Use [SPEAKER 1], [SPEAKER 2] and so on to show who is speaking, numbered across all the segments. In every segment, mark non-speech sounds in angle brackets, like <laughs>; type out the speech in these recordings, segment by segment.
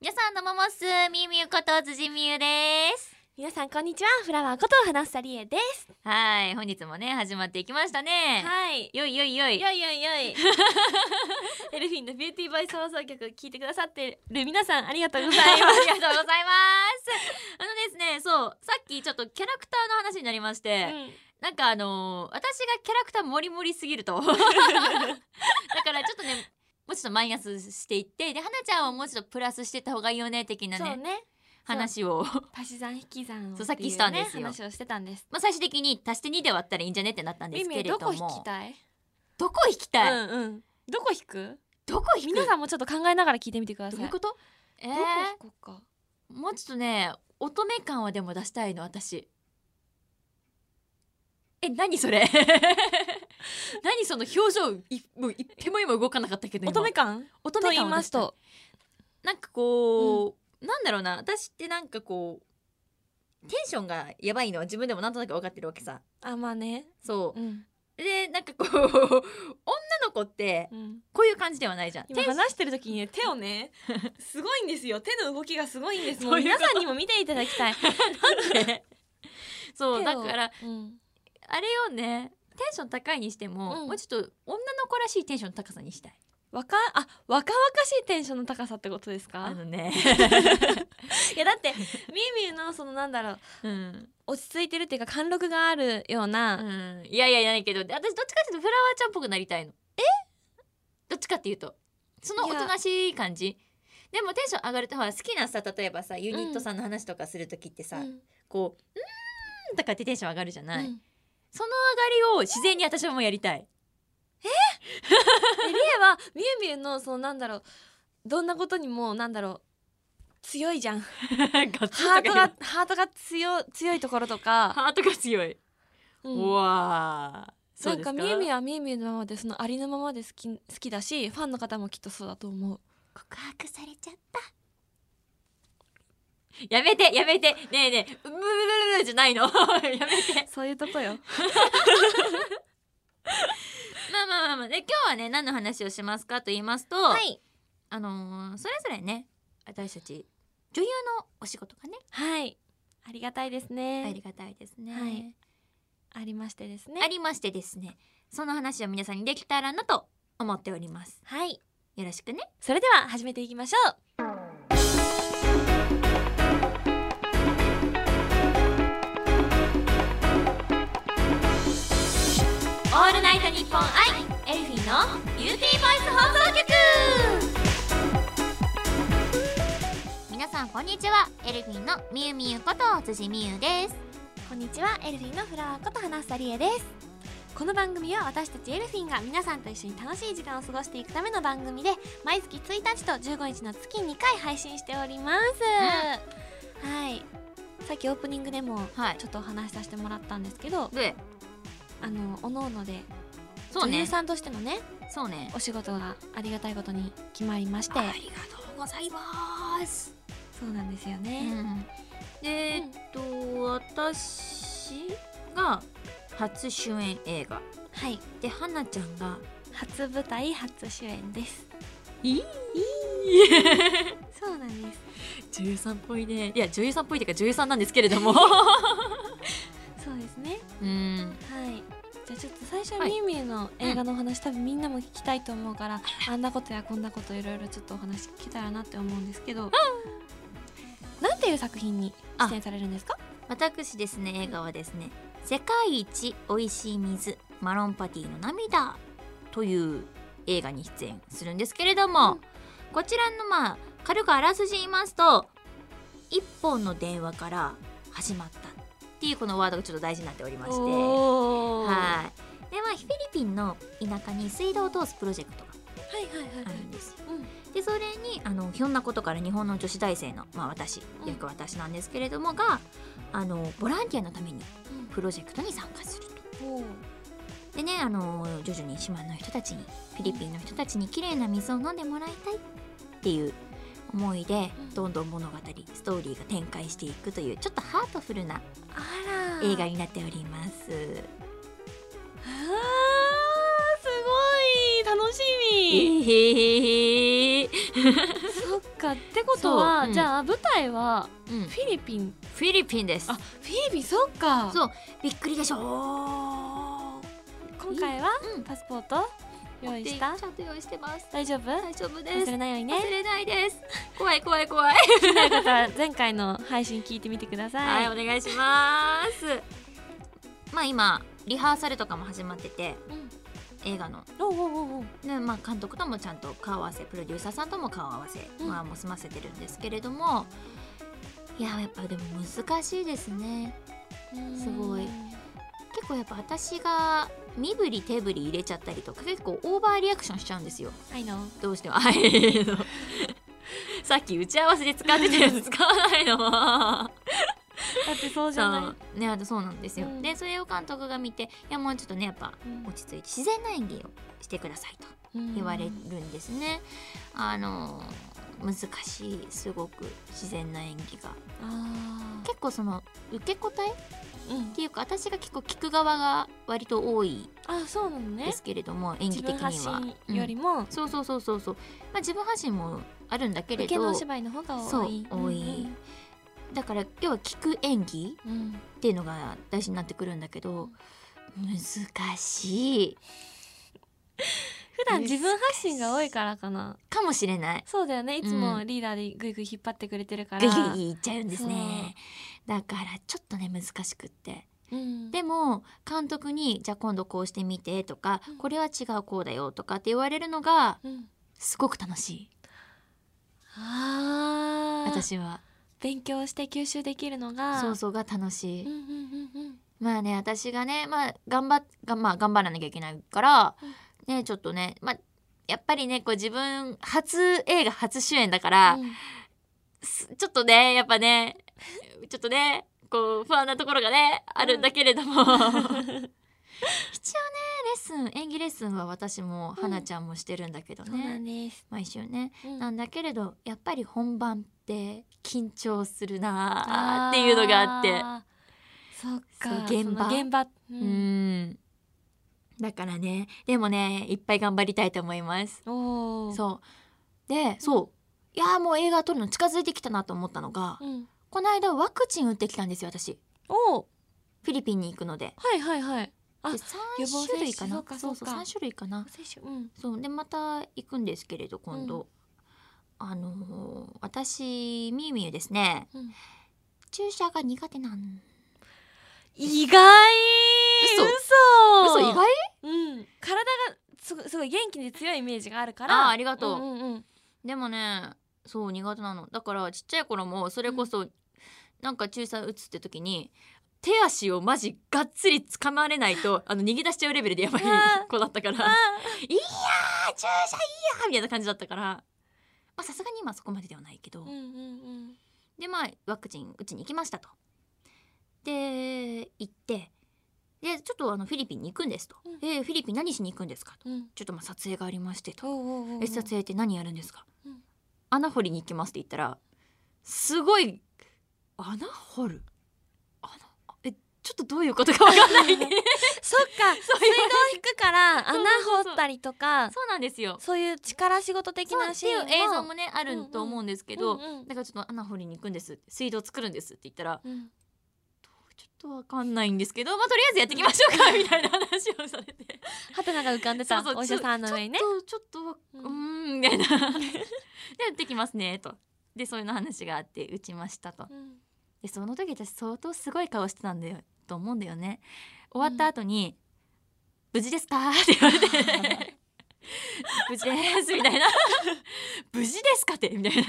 [SPEAKER 1] 皆さんのももっすみゆみゆこと辻みゆです
[SPEAKER 2] 皆さんこんにちはフラワーこと花房理恵です
[SPEAKER 1] はい本日もね始まっていきましたね
[SPEAKER 2] はい
[SPEAKER 1] よいよいよい
[SPEAKER 2] よいよいよい <laughs> エルフィンのビューティーバイ創造曲聞いてくださってる皆さんありがとうござい
[SPEAKER 1] あり
[SPEAKER 2] ま
[SPEAKER 1] <laughs> が
[SPEAKER 2] す
[SPEAKER 1] とうございますあのですねそうさっきちょっとキャラクターの話になりまして、なんかあのー私がキャラクターもりもりすぎ <laughs> るとだからちょっとねもうちょっとマイナスしていってで花ちゃんはもうちょっとプラスしていった方がいいよね的な
[SPEAKER 2] そう
[SPEAKER 1] ね
[SPEAKER 2] ね
[SPEAKER 1] 話を <laughs>
[SPEAKER 2] 足し算引き算を
[SPEAKER 1] そうさっきしたんですよ
[SPEAKER 2] っていうね話をしてたんです
[SPEAKER 1] まあ最終的に足して2で割ったらいいんじゃねってなったんで
[SPEAKER 2] み
[SPEAKER 1] すけ
[SPEAKER 2] み
[SPEAKER 1] れ
[SPEAKER 2] ど
[SPEAKER 1] ども
[SPEAKER 2] こ引きたい
[SPEAKER 1] どこ引きたい、
[SPEAKER 2] うんうんどこ引く
[SPEAKER 1] どこ引く
[SPEAKER 2] 皆さんもちょっと考えながら聞いてみてください
[SPEAKER 1] どういうことえー
[SPEAKER 2] どこ引こうか
[SPEAKER 1] もうちょっとね乙女感はでも出したいの私え何それ <laughs> 何その表情いもう一手も今動かなかったけど今
[SPEAKER 2] 乙女感
[SPEAKER 1] 乙
[SPEAKER 2] と
[SPEAKER 1] 女
[SPEAKER 2] 言い
[SPEAKER 1] 感は出
[SPEAKER 2] ます
[SPEAKER 1] した
[SPEAKER 2] と
[SPEAKER 1] なんかこう、なんだろうな私ってなんかこうテンションがやばいのは自分でもなんとなく分かってるわけさ
[SPEAKER 2] あまあね
[SPEAKER 1] そ
[SPEAKER 2] うん
[SPEAKER 1] うでなんかこう女の子って
[SPEAKER 2] うん
[SPEAKER 1] こういう感じではないじゃん
[SPEAKER 2] 今
[SPEAKER 1] テンション
[SPEAKER 2] 話してる時にね手をねすごいんですよ手の動きがすごいんですも
[SPEAKER 1] そう
[SPEAKER 2] う
[SPEAKER 1] いうこ
[SPEAKER 2] 皆
[SPEAKER 1] と
[SPEAKER 2] さんにも見ていただき <laughs> たい
[SPEAKER 1] でそう
[SPEAKER 2] 手
[SPEAKER 1] だ
[SPEAKER 2] を
[SPEAKER 1] から
[SPEAKER 2] うん
[SPEAKER 1] あれをねテンション高いにしても、
[SPEAKER 2] うん
[SPEAKER 1] もうちょっと女の子らしいテンションの高さにしたい
[SPEAKER 2] 若あ若々しいテンションの高さってことです
[SPEAKER 1] あ
[SPEAKER 2] か
[SPEAKER 1] の
[SPEAKER 2] <laughs>
[SPEAKER 1] ね、
[SPEAKER 2] いやだってみゆみゆのそのなんだろう
[SPEAKER 1] うん、
[SPEAKER 2] 落ち着いてるっていうか貫禄があるような、
[SPEAKER 1] うんいやいやいやないけどで私どっちかっていうとフラワーちゃんっぽくなりたいのえどっちかっていうとそのおとなしい感じでもテンション上がるとほら好きなさ例えばさユニットさんの話とかする時ってさ、
[SPEAKER 2] うん
[SPEAKER 1] こう「うーん」とかってテンション上がるじゃない、
[SPEAKER 2] うん
[SPEAKER 1] その上がりを自然に私はもうやりたい
[SPEAKER 2] でりえはみゆみゆのそのなんだろうどんなことにもなんだろう強いじゃん
[SPEAKER 1] ガッツ
[SPEAKER 2] ハー
[SPEAKER 1] リ
[SPEAKER 2] ト
[SPEAKER 1] と
[SPEAKER 2] が
[SPEAKER 1] か
[SPEAKER 2] ハートが強強いところとか、
[SPEAKER 1] ハートが強い、
[SPEAKER 2] う
[SPEAKER 1] うんわーそ
[SPEAKER 2] な
[SPEAKER 1] うんです
[SPEAKER 2] か
[SPEAKER 1] か
[SPEAKER 2] みゆみゆはみゆみゆのままでそのありのままで好き好きだしファンの方もきっとそうだと思う
[SPEAKER 1] 告白されちゃったやめてやめてねえねえブブブブブじゃないのやめて
[SPEAKER 2] そういうとこよ
[SPEAKER 1] まあまあまあまあで今日はね何の話をしますかと言いますと、
[SPEAKER 2] い
[SPEAKER 1] あのーそれぞれね私たち女優のお仕事がね、
[SPEAKER 2] はいありがたいですね、
[SPEAKER 1] ありがたいですね、
[SPEAKER 2] はいありましてですね
[SPEAKER 1] ありましてですねその話を皆さんにできたらなと思っております
[SPEAKER 2] はい
[SPEAKER 1] よろしくね
[SPEAKER 2] それでは始めていきましょう
[SPEAKER 1] オールナイトニッポンアイエルフィーのビューティーボイス放送局皆さんこんにちはエルフィーのみゆみゆこと辻みゆです
[SPEAKER 2] こんにちはエルフィンのフラワーこと花房理恵ですこの番組は私たちエルフィンが皆さんと一緒に楽しい時間を過ごしていくための番組で毎月1日と15日の月2回配信しております、はいさっきオープニングでも
[SPEAKER 1] はい
[SPEAKER 2] ちょっとお話しさせてもらったんですけど
[SPEAKER 1] で
[SPEAKER 2] あのおのおので
[SPEAKER 1] そう
[SPEAKER 2] 女優
[SPEAKER 1] ね
[SPEAKER 2] さんとしてのね
[SPEAKER 1] そうね
[SPEAKER 2] お仕事がありがたいことに決まりまして
[SPEAKER 1] ありがとうございます、
[SPEAKER 2] そうなんですよ
[SPEAKER 1] う
[SPEAKER 2] ね、
[SPEAKER 1] ん、でえっと私が初主演映画
[SPEAKER 2] はい
[SPEAKER 1] で花ちゃんが
[SPEAKER 2] 初舞台初主演です
[SPEAKER 1] いい
[SPEAKER 2] そうなんです
[SPEAKER 1] <laughs> 女優さんっぽいねいや女優さんっぽいというか女優さんなんですけれども
[SPEAKER 2] そうですね
[SPEAKER 1] <laughs> うん
[SPEAKER 2] はい。じゃあちょっと最初
[SPEAKER 1] はい
[SPEAKER 2] みゆみゆの映画のお話、多分みんなも聞きたいと思うから、あんなことやこんなこといろいろちょっとお話聞けたらなって思うんですけど、なんていう作品に出演されるんですか？
[SPEAKER 1] 私ですね映画はですね「世界一おいしい水マロンパティの涙」という映画に出演するんですけれども、
[SPEAKER 2] うん
[SPEAKER 1] こちらのまあ軽くあらすじ言いますと「一本の電話から始まった」っていうこのワードがちょっと大事になっておりましては
[SPEAKER 2] お
[SPEAKER 1] い
[SPEAKER 2] ーは
[SPEAKER 1] でまあフィリピンの田舎に水道を通すプロジェクトが
[SPEAKER 2] いはい
[SPEAKER 1] あ
[SPEAKER 2] はい
[SPEAKER 1] るんですよ。
[SPEAKER 2] うん
[SPEAKER 1] でそれにあのひょんなことから日本の女子大生の、まあ、私
[SPEAKER 2] うん
[SPEAKER 1] 役は私なんですけれどもがあのボランティアのために
[SPEAKER 2] うん
[SPEAKER 1] プロジェクトに参加すると。
[SPEAKER 2] おー
[SPEAKER 1] でねあの徐々に島の人たちにフィリピンの人たちに綺麗な水を飲んでもらいたいっていう思いで
[SPEAKER 2] うん
[SPEAKER 1] どんどん物語ストーリーが展開していくというちょっとハートフルな
[SPEAKER 2] あら
[SPEAKER 1] 映画
[SPEAKER 2] あー
[SPEAKER 1] になっております。
[SPEAKER 2] すごい楽し
[SPEAKER 1] え
[SPEAKER 2] み。
[SPEAKER 1] ー
[SPEAKER 2] そっかってことは、
[SPEAKER 1] そううん
[SPEAKER 2] じゃあ舞台は
[SPEAKER 1] うん
[SPEAKER 2] フィリピン
[SPEAKER 1] フィリピンです
[SPEAKER 2] あフィリピンそうか
[SPEAKER 1] そうびっくりでしょ
[SPEAKER 2] 今回は
[SPEAKER 1] うん
[SPEAKER 2] パスポート用意した
[SPEAKER 1] ちゃんと用意してます
[SPEAKER 2] 大丈夫
[SPEAKER 1] 大丈夫で
[SPEAKER 2] 忘
[SPEAKER 1] す
[SPEAKER 2] れないようにね
[SPEAKER 1] 忘れないです <laughs> 怖い怖い怖い
[SPEAKER 2] 気になる方は前回の配信聞いてみてくださ、
[SPEAKER 1] はいい、お願いします。まあ今リハーサルとかも始まってて
[SPEAKER 2] うん
[SPEAKER 1] 映画の、
[SPEAKER 2] おうおうおうおう
[SPEAKER 1] ねまあ、監督ともちゃんと顔合わせプロデューサーさんとも顔合わせ、
[SPEAKER 2] うん
[SPEAKER 1] まあ、もう済ませてるんですけれどもいややっぱでも難しいですねすごい結構やっぱ私が身振り手振り入れちゃったりとか結構オーバーリアクションしちゃうんですよ
[SPEAKER 2] はいの
[SPEAKER 1] どうしてもあいいの <laughs> さっき打ち合わせで使ってたやつ使わないの <laughs>
[SPEAKER 2] だってそうじゃない
[SPEAKER 1] そうねあとそうなんですよ、
[SPEAKER 2] うん
[SPEAKER 1] でそれを監督が見ていやもうちょっとねやっぱ落ち着いて自然な演技をしてくださいと
[SPEAKER 2] うん
[SPEAKER 1] 言われるんですね、あの難しいすごく自然な演技が
[SPEAKER 2] あ
[SPEAKER 1] 結構その受け答えっ
[SPEAKER 2] ーうん
[SPEAKER 1] ていうか私が結構聞く側が割と多い
[SPEAKER 2] あそうなのね
[SPEAKER 1] ですけれども演
[SPEAKER 2] 自
[SPEAKER 1] 技的
[SPEAKER 2] 分
[SPEAKER 1] に
[SPEAKER 2] 発
[SPEAKER 1] は
[SPEAKER 2] 信より
[SPEAKER 1] うん
[SPEAKER 2] も、
[SPEAKER 1] そうそうそうそうそうまあ自分発信もあるんだけれ
[SPEAKER 2] 受けのお
[SPEAKER 1] ど
[SPEAKER 2] 芝居の方が
[SPEAKER 1] そう
[SPEAKER 2] 多い
[SPEAKER 1] 多いだから要は聞く演技
[SPEAKER 2] うんうん
[SPEAKER 1] っていうのが大事になってくるんだけど難し <laughs> い
[SPEAKER 2] 普段自分発信が多いからかな
[SPEAKER 1] かもしれない
[SPEAKER 2] そうだよねいつも
[SPEAKER 1] う
[SPEAKER 2] リーダーでぐいぐい引っ張ってくれてるから、
[SPEAKER 1] グイグイいっちゃうんですね
[SPEAKER 2] そ
[SPEAKER 1] だからちょっとね難しくって
[SPEAKER 2] うん
[SPEAKER 1] でも監督にじゃあ今度こうしてみてとか、
[SPEAKER 2] うん
[SPEAKER 1] これは違うこうだよとかって言われるのが
[SPEAKER 2] うん
[SPEAKER 1] すごく楽しい
[SPEAKER 2] あー
[SPEAKER 1] 私は
[SPEAKER 2] 勉強して吸収できるのが
[SPEAKER 1] そうそうが楽しい、
[SPEAKER 2] うんうんうんうん
[SPEAKER 1] まあね私がねまあ頑張っがまあ頑張らなきゃいけないから、ねちょっとねまあやっぱりねこう自分初映画初主演だから、 <laughs>
[SPEAKER 2] うん
[SPEAKER 1] すちょっとねやっぱねちょっとねこう不安なところがねあるんだけれども、一応ねレッスン演技レッスンは私も
[SPEAKER 2] うん
[SPEAKER 1] 花ちゃんもしてるんだけど
[SPEAKER 2] そうなん
[SPEAKER 1] ね、
[SPEAKER 2] です、
[SPEAKER 1] 毎週ね
[SPEAKER 2] うん
[SPEAKER 1] なんだけれどやっぱり本番って緊張するなーっていうのがあって
[SPEAKER 2] ーそっか
[SPEAKER 1] そう現場
[SPEAKER 2] その現場、う
[SPEAKER 1] う、んだからねでもねいっぱい頑張りたいと思います
[SPEAKER 2] おー
[SPEAKER 1] そうでそういやーもう映画撮るの近づいてきたなと思ったのが、
[SPEAKER 2] うん
[SPEAKER 1] この間ワクチン打ってきたんですよ私
[SPEAKER 2] おー
[SPEAKER 1] フィリピンに行くので。
[SPEAKER 2] はいはいはいあ
[SPEAKER 1] で
[SPEAKER 2] 予
[SPEAKER 1] 3
[SPEAKER 2] 防
[SPEAKER 1] 種類かな
[SPEAKER 2] 接種そうかそうか
[SPEAKER 1] 3種類かな
[SPEAKER 2] 接種うん
[SPEAKER 1] そうでまた行くんですけれど今度、
[SPEAKER 2] うん
[SPEAKER 1] あのー私みゆみゆですね
[SPEAKER 2] うん
[SPEAKER 1] 注射が苦手なん
[SPEAKER 2] 意外
[SPEAKER 1] 嘘
[SPEAKER 2] 嘘
[SPEAKER 1] 嘘意外
[SPEAKER 2] うん体がすごすごい元気で強いイメージがあるか
[SPEAKER 1] あ
[SPEAKER 2] ら
[SPEAKER 1] ーありがとう
[SPEAKER 2] うんうん
[SPEAKER 1] <laughs>
[SPEAKER 2] うん
[SPEAKER 1] でもねそう苦手なのだからちっちゃい頃もそれこそ、なんか注射打つって時に手足をマジがっつり掴まれない
[SPEAKER 2] <laughs>
[SPEAKER 1] とあの逃げ出しちゃうレベルでやばい
[SPEAKER 2] あー
[SPEAKER 1] 子だったから「いや
[SPEAKER 2] あ
[SPEAKER 1] ー注射いいやー」みたいな感じだったからまあさすがに今はそこまでではないけど、
[SPEAKER 2] ーうんうんうん
[SPEAKER 1] でまあワクチン打ちに行きましたと。で行ってでちょっとあのフィリピンに行くんですと。
[SPEAKER 2] うん
[SPEAKER 1] えーフィリピン何しに行くんですかと。
[SPEAKER 2] うん
[SPEAKER 1] ちょっとまあ撮影がありましてと。
[SPEAKER 2] おうおうおう
[SPEAKER 1] え撮影って何やるんですか、
[SPEAKER 2] うん
[SPEAKER 1] 穴掘りに行きますって言ったらすごい穴掘る穴えちょっとどういうことかわかんないそう
[SPEAKER 2] そっか
[SPEAKER 1] そう
[SPEAKER 2] 水道引くから
[SPEAKER 1] <laughs> そうそうそ
[SPEAKER 2] 穴
[SPEAKER 1] う <laughs> そう
[SPEAKER 2] 掘ったりとか
[SPEAKER 1] なんですよ。
[SPEAKER 2] そういう力仕事的
[SPEAKER 1] そう
[SPEAKER 2] な
[SPEAKER 1] って
[SPEAKER 2] シ
[SPEAKER 1] い
[SPEAKER 2] ー
[SPEAKER 1] う
[SPEAKER 2] ンも
[SPEAKER 1] 映像もねあると思うんですけど、
[SPEAKER 2] うんうん
[SPEAKER 1] だからちょっと穴掘りに行くんです水道作るんですって言ったら
[SPEAKER 2] うん
[SPEAKER 1] ちょっとわかんないんですけど、まあ、とりあえずやっていきましょうかみたいな話をされて。
[SPEAKER 2] ハテナが浮かんでたお医者 <laughs> さんの上にね
[SPEAKER 1] ちょちょっと、ちょっと、うーん、みたいな。 <laughs> で、やってきますね、と。で、そういうの話があって、打ちましたと。
[SPEAKER 2] うん
[SPEAKER 1] で、その時私相当すごい顔してたんだよ、と思うんだよね。終わった後に、無事ですかって言われて。
[SPEAKER 2] <laughs>
[SPEAKER 1] 無事ですみたいな無事ですかってみたいな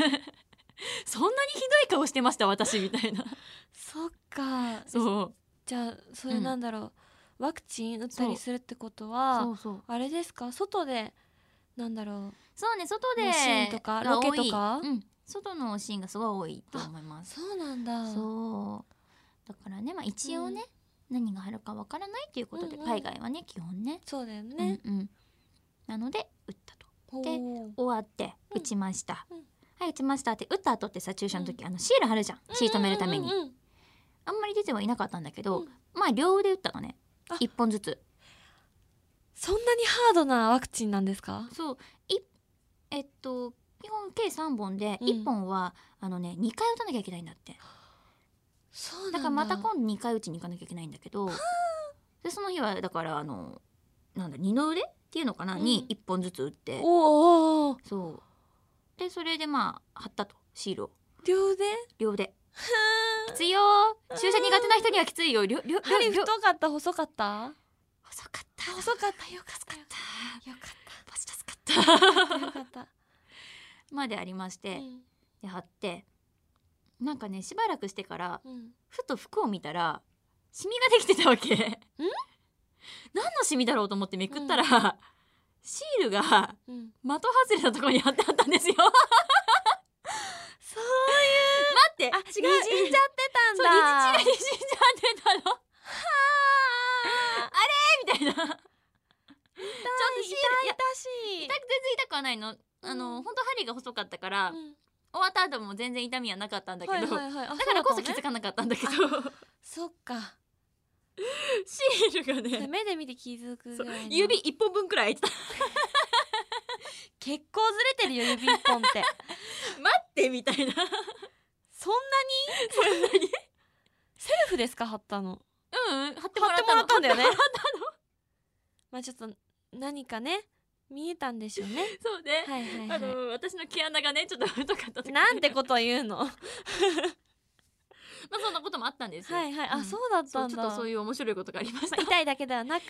[SPEAKER 1] そんなにひどい顔してました私みたいな
[SPEAKER 2] そっか
[SPEAKER 1] そう
[SPEAKER 2] じゃあそれなんだろうワクチン打ったりするってことは
[SPEAKER 1] うそう
[SPEAKER 2] あれですか外でなんだろ
[SPEAKER 1] そうね外で
[SPEAKER 2] のシーンとか
[SPEAKER 1] が
[SPEAKER 2] ロケ
[SPEAKER 1] 多い
[SPEAKER 2] とか
[SPEAKER 1] うん、外のシーンがすごい多いと思いま
[SPEAKER 2] う
[SPEAKER 1] す
[SPEAKER 2] そうなんだ
[SPEAKER 1] そうだからねまあ一応ね、何があるかわからないということで、
[SPEAKER 2] うんうん
[SPEAKER 1] 海外はね基本ね
[SPEAKER 2] そうだよね、
[SPEAKER 1] うんうん、なので打ったとで
[SPEAKER 2] ほう
[SPEAKER 1] 終わって
[SPEAKER 2] うん
[SPEAKER 1] 打ちました、
[SPEAKER 2] うん
[SPEAKER 1] はい打ちましたって打った後ってさ注射の時、あのシール貼るじゃんシートめるために、
[SPEAKER 2] うんうんうん
[SPEAKER 1] あんまり出てはいなかったんだけど、
[SPEAKER 2] うん
[SPEAKER 1] まあ両腕打ったのね
[SPEAKER 2] あ
[SPEAKER 1] 一本ずつ
[SPEAKER 2] そんなにハードなワクチンなんですか
[SPEAKER 1] そういえっと基本計3本で
[SPEAKER 2] うん
[SPEAKER 1] 1本は、あのね2回打たなきゃいけないんだって
[SPEAKER 2] そうなんだ
[SPEAKER 1] だからまた今度2回打ちに行かなきゃいけないんだけどでその日はだからあのなんだ二の腕っていうのかな、
[SPEAKER 2] うん
[SPEAKER 1] に1本ずつ打って
[SPEAKER 2] おーおーおー
[SPEAKER 1] そうでそれでまあ貼ったとシールを
[SPEAKER 2] 両腕
[SPEAKER 1] 両腕きついよー注射苦手な人にはきついよ両両両
[SPEAKER 2] 針
[SPEAKER 1] 両
[SPEAKER 2] 太かった細かった
[SPEAKER 1] 細かった
[SPEAKER 2] 細かったよかったよ
[SPEAKER 1] よかったバチ助かった
[SPEAKER 2] か <laughs> ったよかった
[SPEAKER 1] までありまし
[SPEAKER 2] う
[SPEAKER 1] て、
[SPEAKER 2] ん
[SPEAKER 1] で貼ってなんかねしばらくしてから
[SPEAKER 2] うん
[SPEAKER 1] ふと服を見たらシミができてたわけ <laughs> 何のシミだろうと思ってめくったら、シールが
[SPEAKER 2] うん
[SPEAKER 1] 的外れたところに貼ってあったん <laughs> ですよ
[SPEAKER 2] そう
[SPEAKER 1] 待って違
[SPEAKER 2] あ違
[SPEAKER 1] う
[SPEAKER 2] う滲んじゃって
[SPEAKER 1] そう
[SPEAKER 2] た
[SPEAKER 1] 虹
[SPEAKER 2] んだ
[SPEAKER 1] が滲んじゃってたのあれみたいなちょっとシールいや
[SPEAKER 2] 痛
[SPEAKER 1] 痛く全然痛くはないのあの、
[SPEAKER 2] うん
[SPEAKER 1] 本当針が細かったから、
[SPEAKER 2] うん
[SPEAKER 1] 終わった後も全然痛みはなかったんだけど、
[SPEAKER 2] はいはいはいあ
[SPEAKER 1] だからこそ
[SPEAKER 2] う
[SPEAKER 1] 気
[SPEAKER 2] だったの
[SPEAKER 1] づかな
[SPEAKER 2] ね
[SPEAKER 1] かったんだけど、
[SPEAKER 2] そっか
[SPEAKER 1] シールがね
[SPEAKER 2] 目で見て気づくぐらいの
[SPEAKER 1] 指一本分くらい空いてた
[SPEAKER 2] 結構ずれてるよ指一本って
[SPEAKER 1] 待ってみたいな
[SPEAKER 2] そんな
[SPEAKER 1] そんなに
[SPEAKER 2] セルフですか貼ったの
[SPEAKER 1] うん貼っても
[SPEAKER 2] 貼っ
[SPEAKER 1] ら
[SPEAKER 2] て
[SPEAKER 1] った
[SPEAKER 2] もら
[SPEAKER 1] の
[SPEAKER 2] ったんだよねまあちょっと何かね見えたんでしょうね
[SPEAKER 1] そうね、
[SPEAKER 2] はいはい
[SPEAKER 1] あ
[SPEAKER 2] は
[SPEAKER 1] の私の毛穴がねちょっと太かった
[SPEAKER 2] い
[SPEAKER 1] 時
[SPEAKER 2] なんてことを言うのは
[SPEAKER 1] まあそんなこともあったんですよ
[SPEAKER 2] いはいあ、
[SPEAKER 1] うん
[SPEAKER 2] そうだっ
[SPEAKER 1] そ
[SPEAKER 2] た
[SPEAKER 1] うんち
[SPEAKER 2] だ
[SPEAKER 1] ょっとそういう面白いことがありました、
[SPEAKER 2] まあ痛いだけではなく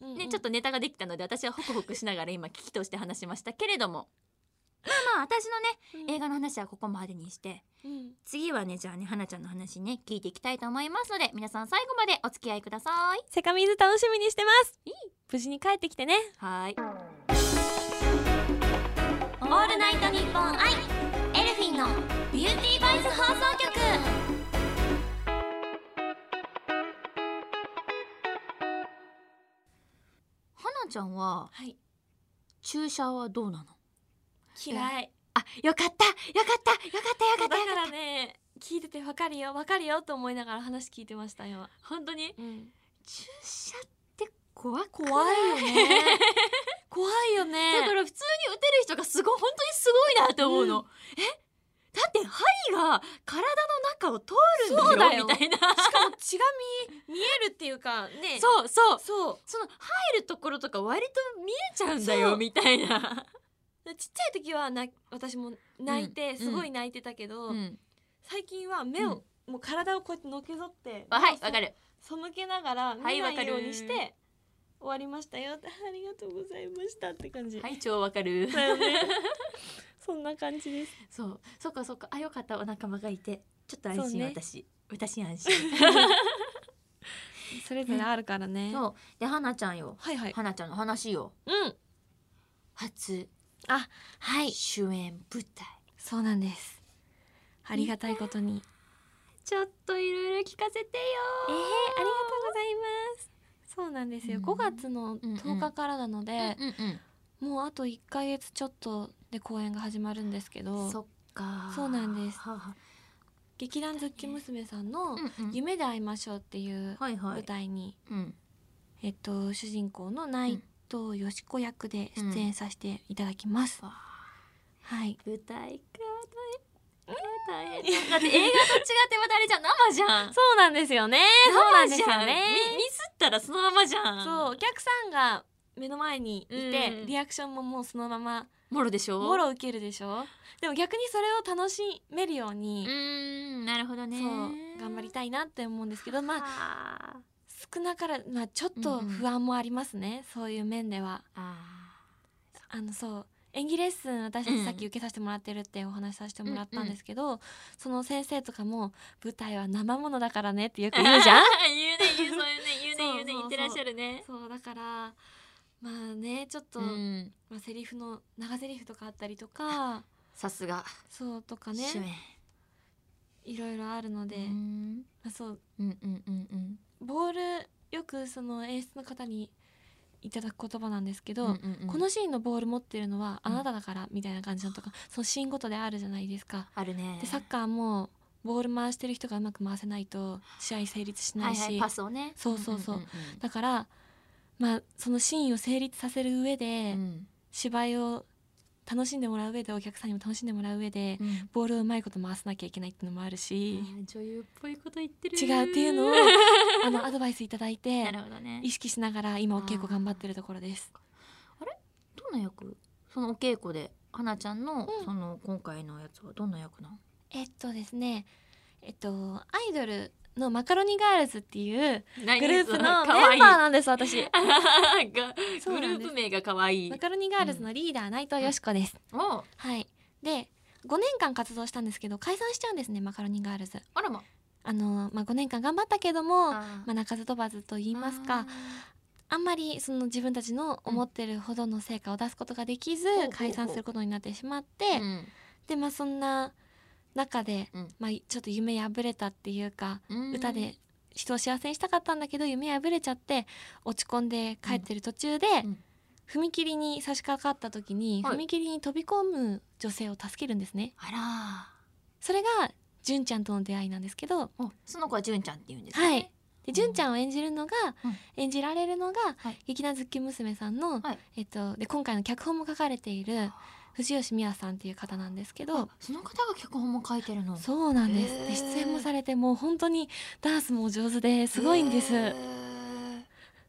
[SPEAKER 2] そ
[SPEAKER 1] <laughs>
[SPEAKER 2] う、
[SPEAKER 1] ねちょっとネタができたので私はホクホクしながら今聞きとして話しましたけれども <laughs> まあまあ私のね映
[SPEAKER 2] 画、
[SPEAKER 1] 画の話はここまでにして
[SPEAKER 2] うん
[SPEAKER 1] 次はねじゃあね花ちゃんの話ね聞いていきたいと思いますので皆さん最後までお付き合いください
[SPEAKER 2] セカミズ楽しみにしてます無事に帰ってきてね
[SPEAKER 1] はい
[SPEAKER 2] オ
[SPEAKER 1] ールナイトニッポンアイ
[SPEAKER 2] エルフィンのビューティーバイス放送局
[SPEAKER 1] 花ちゃんは
[SPEAKER 2] はい
[SPEAKER 1] 注射はどうなの
[SPEAKER 2] 嫌い
[SPEAKER 1] あよかったよかったよかった
[SPEAKER 2] だ
[SPEAKER 1] よか
[SPEAKER 2] か
[SPEAKER 1] ったよからった
[SPEAKER 2] ね聞いててわかるよわかるよと思いながら話聞いてました今、
[SPEAKER 1] 本当に注射って怖くな
[SPEAKER 2] 怖いよね <laughs> 怖いよね
[SPEAKER 1] だから普通に打てる人がすごい本当にすごいなって思うの、
[SPEAKER 2] う
[SPEAKER 1] えだって針が体の中を通るんだよ
[SPEAKER 2] そうだよ
[SPEAKER 1] み
[SPEAKER 2] <laughs>
[SPEAKER 1] たいな
[SPEAKER 2] しかも血が見見えるっていうかね
[SPEAKER 1] そうそう
[SPEAKER 2] そう
[SPEAKER 1] その入るところとか割と見えちゃうんだ
[SPEAKER 2] そ
[SPEAKER 1] よ
[SPEAKER 2] う
[SPEAKER 1] みたいな、
[SPEAKER 2] ちっちゃい時はな私も泣いて、
[SPEAKER 1] うん
[SPEAKER 2] すごい泣いてたけど、
[SPEAKER 1] うん、
[SPEAKER 2] 最近は目を、もう体をこうやってのけぞって
[SPEAKER 1] あはいわか
[SPEAKER 2] る
[SPEAKER 1] る
[SPEAKER 2] 背けながら見
[SPEAKER 1] はい
[SPEAKER 2] な
[SPEAKER 1] わか
[SPEAKER 2] い
[SPEAKER 1] る
[SPEAKER 2] ようにして、終わりましたよってありがとうございましたって感じ、
[SPEAKER 1] はい超わか
[SPEAKER 2] <laughs>
[SPEAKER 1] る
[SPEAKER 2] だよねそんな感じです
[SPEAKER 1] そうそっかそっかあよかったお仲間がいてちょっと安
[SPEAKER 2] そう
[SPEAKER 1] 心、
[SPEAKER 2] ね
[SPEAKER 1] 私私安
[SPEAKER 2] <laughs>
[SPEAKER 1] 心
[SPEAKER 2] それぞれあるからね
[SPEAKER 1] そうで花ちゃんよ
[SPEAKER 2] はいはい
[SPEAKER 1] 花ちゃんの話よ
[SPEAKER 2] うん
[SPEAKER 1] 初
[SPEAKER 2] あはい
[SPEAKER 1] 主演舞台
[SPEAKER 2] そうなんですありがたいことに
[SPEAKER 1] ちょっといろいろ聞かせてよ
[SPEAKER 2] えー、ありがとうございますそうなんですよ、
[SPEAKER 1] うん
[SPEAKER 2] 5月の10日からなので、
[SPEAKER 1] うんうんうん
[SPEAKER 2] もうあと1ヶ月ちょっとで公演が始まるんですけど
[SPEAKER 1] そっか
[SPEAKER 2] そうなんです
[SPEAKER 1] はあはあ
[SPEAKER 2] 劇団ズッキ娘さん
[SPEAKER 1] う
[SPEAKER 2] の
[SPEAKER 1] んうん
[SPEAKER 2] 「夢で会いましょう」っていう
[SPEAKER 1] はいは
[SPEAKER 2] 舞
[SPEAKER 1] い、
[SPEAKER 2] 台に、
[SPEAKER 1] うん、
[SPEAKER 2] えっと、主人公の内藤よし子役で出演させていただきます、
[SPEAKER 1] うんわ
[SPEAKER 2] はい
[SPEAKER 1] 舞台か大変大変だって映画と違ってまたあれじゃん生じゃん
[SPEAKER 2] そうなんですよねそうなん
[SPEAKER 1] 生
[SPEAKER 2] で
[SPEAKER 1] じ
[SPEAKER 2] す
[SPEAKER 1] ゃんみ
[SPEAKER 2] よね
[SPEAKER 1] ミスったらそのままじゃん
[SPEAKER 2] そうお客さんが目の前にいて、
[SPEAKER 1] うん
[SPEAKER 2] リアクションももうそのまま
[SPEAKER 1] もろでしょ
[SPEAKER 2] もろ受けるでしょでも逆にそれを楽しめるよう
[SPEAKER 1] う
[SPEAKER 2] に、
[SPEAKER 1] ーんなるほどね
[SPEAKER 2] そう頑張りたいなって思うんですけどまあ
[SPEAKER 1] あ
[SPEAKER 2] 少なからまあちょっと不安もありますね、そういう面では
[SPEAKER 1] あ
[SPEAKER 2] あのそう演技レッスン私た
[SPEAKER 1] う
[SPEAKER 2] ち
[SPEAKER 1] ん
[SPEAKER 2] さっき受けさせてもらってるってお話しさせてもらったんですけど、その先生とかも「舞台は生ものだからね」ってよく言うじゃん
[SPEAKER 1] <laughs> 言うね言う <laughs> そういうね言うね言うね
[SPEAKER 2] そうそうそう
[SPEAKER 1] 言ってらっしゃるね
[SPEAKER 2] <laughs> そうだからまあねちょっと、
[SPEAKER 1] うん
[SPEAKER 2] まあ、セリフの長セリフとかあったり
[SPEAKER 1] <laughs>
[SPEAKER 2] とか
[SPEAKER 1] さすが
[SPEAKER 2] そうとか
[SPEAKER 1] 主
[SPEAKER 2] ね
[SPEAKER 1] 演
[SPEAKER 2] いろいろあるので、
[SPEAKER 1] うーん
[SPEAKER 2] まあ、そう
[SPEAKER 1] うんうんうんうん
[SPEAKER 2] ボールよくその演出の方にいただく言葉なんですけど、
[SPEAKER 1] うんうんうん
[SPEAKER 2] このシーンのボール持ってるのはあ
[SPEAKER 1] うん
[SPEAKER 2] なただからみたいな感じのとか、そのシーンごとであるじゃないですか。
[SPEAKER 1] あるね
[SPEAKER 2] でサッカーもボール回してる人がうまく回せないと試合成立しな
[SPEAKER 1] はいい
[SPEAKER 2] し、
[SPEAKER 1] はいパスをね
[SPEAKER 2] そうそうそうん
[SPEAKER 1] んん
[SPEAKER 2] だから、まあ、そのシーンを成立させる上で、
[SPEAKER 1] うん
[SPEAKER 2] 芝居を楽しんでもらう上でお客さんにも楽しんでもらう上で
[SPEAKER 1] うん
[SPEAKER 2] ボールをうまいこと回さなきゃいけないっていうのもあるし、
[SPEAKER 1] 女優っぽいこと言ってる
[SPEAKER 2] 違うってい
[SPEAKER 1] <laughs>
[SPEAKER 2] うのを <laughs> あのアドバイスいただいて
[SPEAKER 1] なるほどね
[SPEAKER 2] 意識しながら今お稽古頑張ってるところです。
[SPEAKER 1] どんな役そのお稽古で花ちゃんの、
[SPEAKER 2] うん
[SPEAKER 1] その今回のやつはどんな役なん
[SPEAKER 2] えっとですねえっとアイドルのマカロニガールズっていうグルー <laughs> プのメンバーなんです <laughs> 私
[SPEAKER 1] が
[SPEAKER 2] そう
[SPEAKER 1] グル
[SPEAKER 2] なんで
[SPEAKER 1] ー
[SPEAKER 2] す
[SPEAKER 1] プ名が可愛い
[SPEAKER 2] マカロニガールズのリーダー内藤よしこです、
[SPEAKER 1] お
[SPEAKER 2] はいで5年間活動したんですけど解散しちゃうんですねマカロニガールズ
[SPEAKER 1] あらま
[SPEAKER 2] あのまあ5年間頑張ったけども
[SPEAKER 1] あ
[SPEAKER 2] まあ、鳴かず飛ばずと言いますかあんまりその自分たちの思ってるほどの成果を出すことができず
[SPEAKER 1] ほうほう
[SPEAKER 2] 解散することになってしまって、
[SPEAKER 1] あーうん
[SPEAKER 2] でまあそんな中で、
[SPEAKER 1] うん
[SPEAKER 2] まあ、ちょっと夢破れたっていうか、
[SPEAKER 1] うん
[SPEAKER 2] 歌で人を幸せにしたかったんだけど夢破れちゃって落ち込んで帰ってる途中で、
[SPEAKER 1] うん
[SPEAKER 2] 踏切に差し掛かった時に、
[SPEAKER 1] はい
[SPEAKER 2] 踏切に飛び込む女性を助けるんですね。
[SPEAKER 1] あら
[SPEAKER 2] それが純ちゃんとの出会いなんですけど、
[SPEAKER 1] ーおその子は純ちゃんって言うんですね
[SPEAKER 2] はい。で、純ちゃんを演じるのが、
[SPEAKER 1] うん
[SPEAKER 2] 演じられるのが、
[SPEAKER 1] はい
[SPEAKER 2] 劇団ズッキュン娘さんの、
[SPEAKER 1] はい
[SPEAKER 2] えっと、で、今回の脚本も書かれている。藤吉美和さんっていう方なんですけど、
[SPEAKER 1] その方が脚本も書いてるの
[SPEAKER 2] そうなんです。
[SPEAKER 1] へ
[SPEAKER 2] で、
[SPEAKER 1] ー
[SPEAKER 2] 出演もされて、もう本当にダンスもお上手ですごいんです。
[SPEAKER 1] へー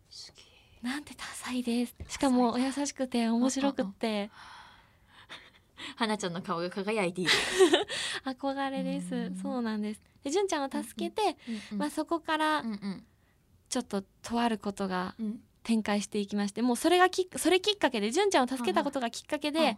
[SPEAKER 1] すげえ
[SPEAKER 2] なんて多彩です。しかもお優しくて面白くって
[SPEAKER 1] 花ちゃんの顔が輝いている、
[SPEAKER 2] 憧れで
[SPEAKER 1] う
[SPEAKER 2] す
[SPEAKER 1] ん。
[SPEAKER 2] そうなんです。で、純ちゃんを助けて、まあそこから
[SPEAKER 1] うんうん
[SPEAKER 2] ちょっととあることが
[SPEAKER 1] うん
[SPEAKER 2] 展開していきましてもうそれがきそれきっかけで純ちゃんを助けたことがきっかけ
[SPEAKER 1] うんうん
[SPEAKER 2] で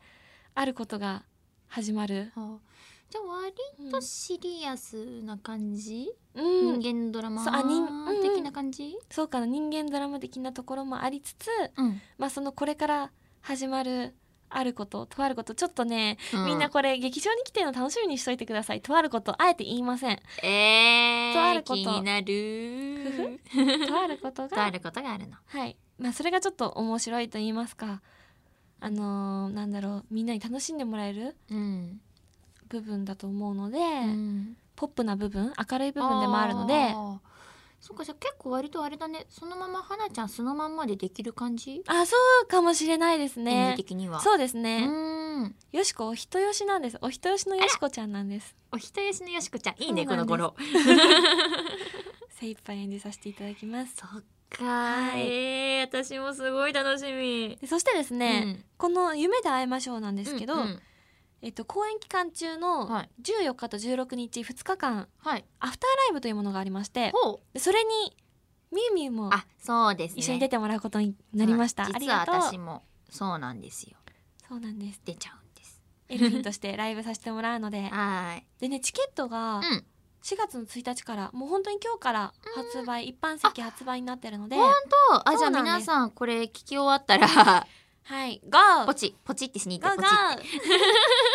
[SPEAKER 2] あることが始まる、
[SPEAKER 1] はあじゃあ割とシリアスな感じ、
[SPEAKER 2] うんうん
[SPEAKER 1] 人間ドラマ
[SPEAKER 2] そうあ人うんうん
[SPEAKER 1] 的な感じ、
[SPEAKER 2] そうかな人間ドラマ的なところもありつつ、
[SPEAKER 1] うん
[SPEAKER 2] まあ、そのこれから始まるあることとあることちょっとね、みんなこれ劇場に来てるの楽しみにしといてくださいとあることあえて言いま <laughs> せん
[SPEAKER 1] えー、
[SPEAKER 2] とあること
[SPEAKER 1] 気にな
[SPEAKER 2] ふ
[SPEAKER 1] る
[SPEAKER 2] とあること
[SPEAKER 1] とあ
[SPEAKER 2] が
[SPEAKER 1] ることがあるの
[SPEAKER 2] はいまあ、それがちょっと面白いと言いますかあのーなんだろうみんなに楽しんでもらえる
[SPEAKER 1] うん、
[SPEAKER 2] 部分だと思うので、
[SPEAKER 1] うん、
[SPEAKER 2] ポップな部分明るい部分でもあるので。
[SPEAKER 1] ーそっかじゃあ結構割とあれだねそのまま花ちゃんそのまんまでできる感じ、
[SPEAKER 2] あ、そうかもしれないです
[SPEAKER 1] 演技
[SPEAKER 2] ね。
[SPEAKER 1] 的にはう
[SPEAKER 2] そうですね。
[SPEAKER 1] ん
[SPEAKER 2] よしこお人よしなんです。お人よしのよしこちゃんなんです。
[SPEAKER 1] お人よしのよしこちゃんいいね
[SPEAKER 2] そ
[SPEAKER 1] こ
[SPEAKER 2] うな
[SPEAKER 1] の
[SPEAKER 2] んです
[SPEAKER 1] 頃
[SPEAKER 2] 精一杯演じさせていただきます。
[SPEAKER 1] そっか
[SPEAKER 2] はい
[SPEAKER 1] えー私もすごい楽しみ
[SPEAKER 2] でそしてですね、この夢で会いましょうなんで
[SPEAKER 1] です
[SPEAKER 2] けど、えっと公演期間中
[SPEAKER 1] は
[SPEAKER 2] の
[SPEAKER 1] い
[SPEAKER 2] 14日と16日2日間
[SPEAKER 1] はい
[SPEAKER 2] アフターライブというものがありまして、
[SPEAKER 1] ほう
[SPEAKER 2] でそれにみゆみゆも
[SPEAKER 1] あそうですね
[SPEAKER 2] 一緒に出てもらうことになりました。
[SPEAKER 1] はい
[SPEAKER 2] あり
[SPEAKER 1] 実は
[SPEAKER 2] がとう。
[SPEAKER 1] 私もそうなんですよ
[SPEAKER 2] そうなんです。
[SPEAKER 1] 出ちゃうんです
[SPEAKER 2] エルフィンとしてライブさせてもらうの
[SPEAKER 1] <laughs>
[SPEAKER 2] で、
[SPEAKER 1] はーい
[SPEAKER 2] でねチケットが、
[SPEAKER 1] うん
[SPEAKER 2] 4月の1日からもう本当に今日から発売一般席発売になってるので
[SPEAKER 1] 本当あじゃ
[SPEAKER 2] そ
[SPEAKER 1] あ
[SPEAKER 2] うなんです
[SPEAKER 1] 皆さんこれ聞き終わったら
[SPEAKER 2] はいガ
[SPEAKER 1] ポ
[SPEAKER 2] ー
[SPEAKER 1] チポチってしに行っ
[SPEAKER 2] ガ
[SPEAKER 1] てポ
[SPEAKER 2] ーガ
[SPEAKER 1] チって
[SPEAKER 2] ー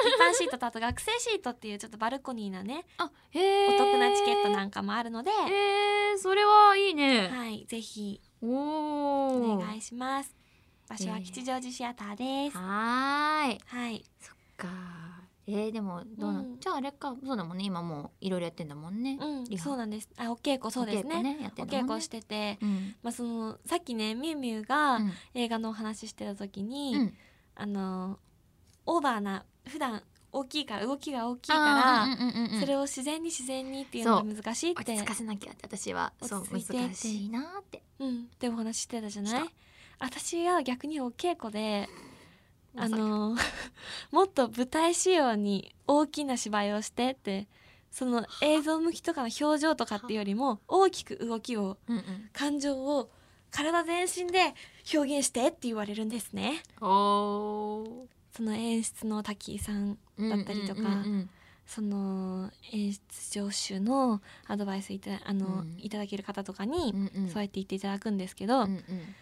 [SPEAKER 2] 一般シートとあと学生シートっていうちょっとバルコニーなね
[SPEAKER 1] あ
[SPEAKER 2] お
[SPEAKER 1] へー
[SPEAKER 2] 得なチケットなんかもあるので、
[SPEAKER 1] へーそれはいいね
[SPEAKER 2] はいぜひ
[SPEAKER 1] お
[SPEAKER 2] お
[SPEAKER 1] お
[SPEAKER 2] 願いします場所は吉祥寺シアターです、
[SPEAKER 1] はーい
[SPEAKER 2] はい
[SPEAKER 1] かえー、でもどうな、
[SPEAKER 2] うん
[SPEAKER 1] じゃああれかそうだもんね今もういろいろやってんだもんね、
[SPEAKER 2] うん
[SPEAKER 1] リハ
[SPEAKER 2] そうなんですあお稽古そうです
[SPEAKER 1] お稽古
[SPEAKER 2] ね
[SPEAKER 1] やっ
[SPEAKER 2] お
[SPEAKER 1] てんだもん
[SPEAKER 2] 稽
[SPEAKER 1] ね
[SPEAKER 2] 古してて
[SPEAKER 1] うん
[SPEAKER 2] まあそのさっきねみゆみゆが
[SPEAKER 1] うん
[SPEAKER 2] 映画のお話ししてた時に、
[SPEAKER 1] うん
[SPEAKER 2] あのオーバーな普段大きいから動きが大きい
[SPEAKER 1] あー
[SPEAKER 2] か
[SPEAKER 1] うんうんうんう
[SPEAKER 2] ら
[SPEAKER 1] ん
[SPEAKER 2] それを自然に自然にっていうのが難しいっ
[SPEAKER 1] 落
[SPEAKER 2] て
[SPEAKER 1] ち着かせなきゃって私はそう
[SPEAKER 2] 落ち着いてって
[SPEAKER 1] 難しいなーって
[SPEAKER 2] うんでお話ししてたじゃない
[SPEAKER 1] し
[SPEAKER 2] 私は逆にお稽古であ
[SPEAKER 1] まさか
[SPEAKER 2] の <laughs> もっと舞台仕様に大きな芝居をしてってその映像向きとかの表情とかっていうよりも大きく動きを
[SPEAKER 1] うんうん
[SPEAKER 2] 感情を体全身で表現してって言われるんですね
[SPEAKER 1] お
[SPEAKER 2] その演出の滝井さん
[SPEAKER 1] ー
[SPEAKER 2] だったりとか
[SPEAKER 1] うんうんうん
[SPEAKER 2] その演出助手のアドバイスいたあの、
[SPEAKER 1] うん
[SPEAKER 2] いただける方とかに
[SPEAKER 1] うんうんうん
[SPEAKER 2] そうやって言っていただくんですけど、
[SPEAKER 1] うんうん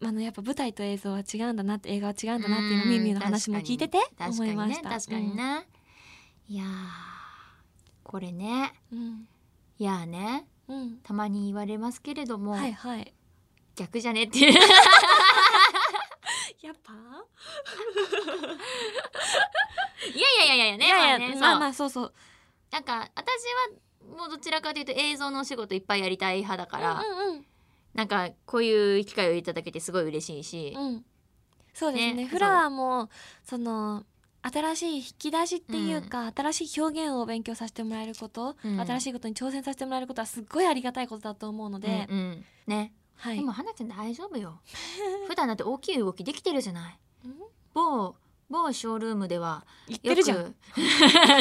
[SPEAKER 2] あのやっぱ舞台と映像は違うんだなって映画は違うんだなっていうのをミミの話も聞いてて
[SPEAKER 1] 確
[SPEAKER 2] 思
[SPEAKER 1] か
[SPEAKER 2] い
[SPEAKER 1] に
[SPEAKER 2] ま
[SPEAKER 1] ね
[SPEAKER 2] した。
[SPEAKER 1] 確かにね、いやーこれね
[SPEAKER 2] うん。
[SPEAKER 1] いやーね
[SPEAKER 2] うん。うん
[SPEAKER 1] たまに言われますけれども、
[SPEAKER 2] はいはい。
[SPEAKER 1] 逆じゃねっていう <laughs>
[SPEAKER 2] やっぱ。
[SPEAKER 1] いやいやいやいやね
[SPEAKER 2] いやい
[SPEAKER 1] まあ
[SPEAKER 2] や
[SPEAKER 1] ね
[SPEAKER 2] ま
[SPEAKER 1] そ
[SPEAKER 2] あ
[SPEAKER 1] う
[SPEAKER 2] まあそうそう。
[SPEAKER 1] なんか私はもうどちらかというと映像のお仕事いっぱいやりたい派だから、
[SPEAKER 2] うんうん
[SPEAKER 1] なんかこういう機会をいただけてすごい嬉しいし、
[SPEAKER 2] うん。そうですね
[SPEAKER 1] ね
[SPEAKER 2] フラワーもその新しい引き出しっていうか、新しい表現を勉強させてもらえること、
[SPEAKER 1] うん
[SPEAKER 2] 新しいことに挑戦させてもらえることはすっごいありがたいことだと思うので、
[SPEAKER 1] うんうんね、
[SPEAKER 2] は
[SPEAKER 1] で
[SPEAKER 2] い
[SPEAKER 1] も花ちゃん大丈夫 <laughs> よ普段だって大きい動きできてるじゃない某某ショールームでは
[SPEAKER 2] 言っ
[SPEAKER 1] よく
[SPEAKER 2] てるじゃん <laughs>